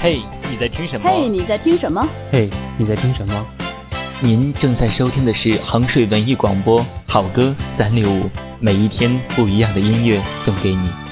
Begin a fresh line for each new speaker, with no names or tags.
嘿你在听什么？
嘿，你在听什么？
嘿，你在听什么？
您正在收听的是衡水文艺广播，好歌三六五，每一天不一样的音乐送给你。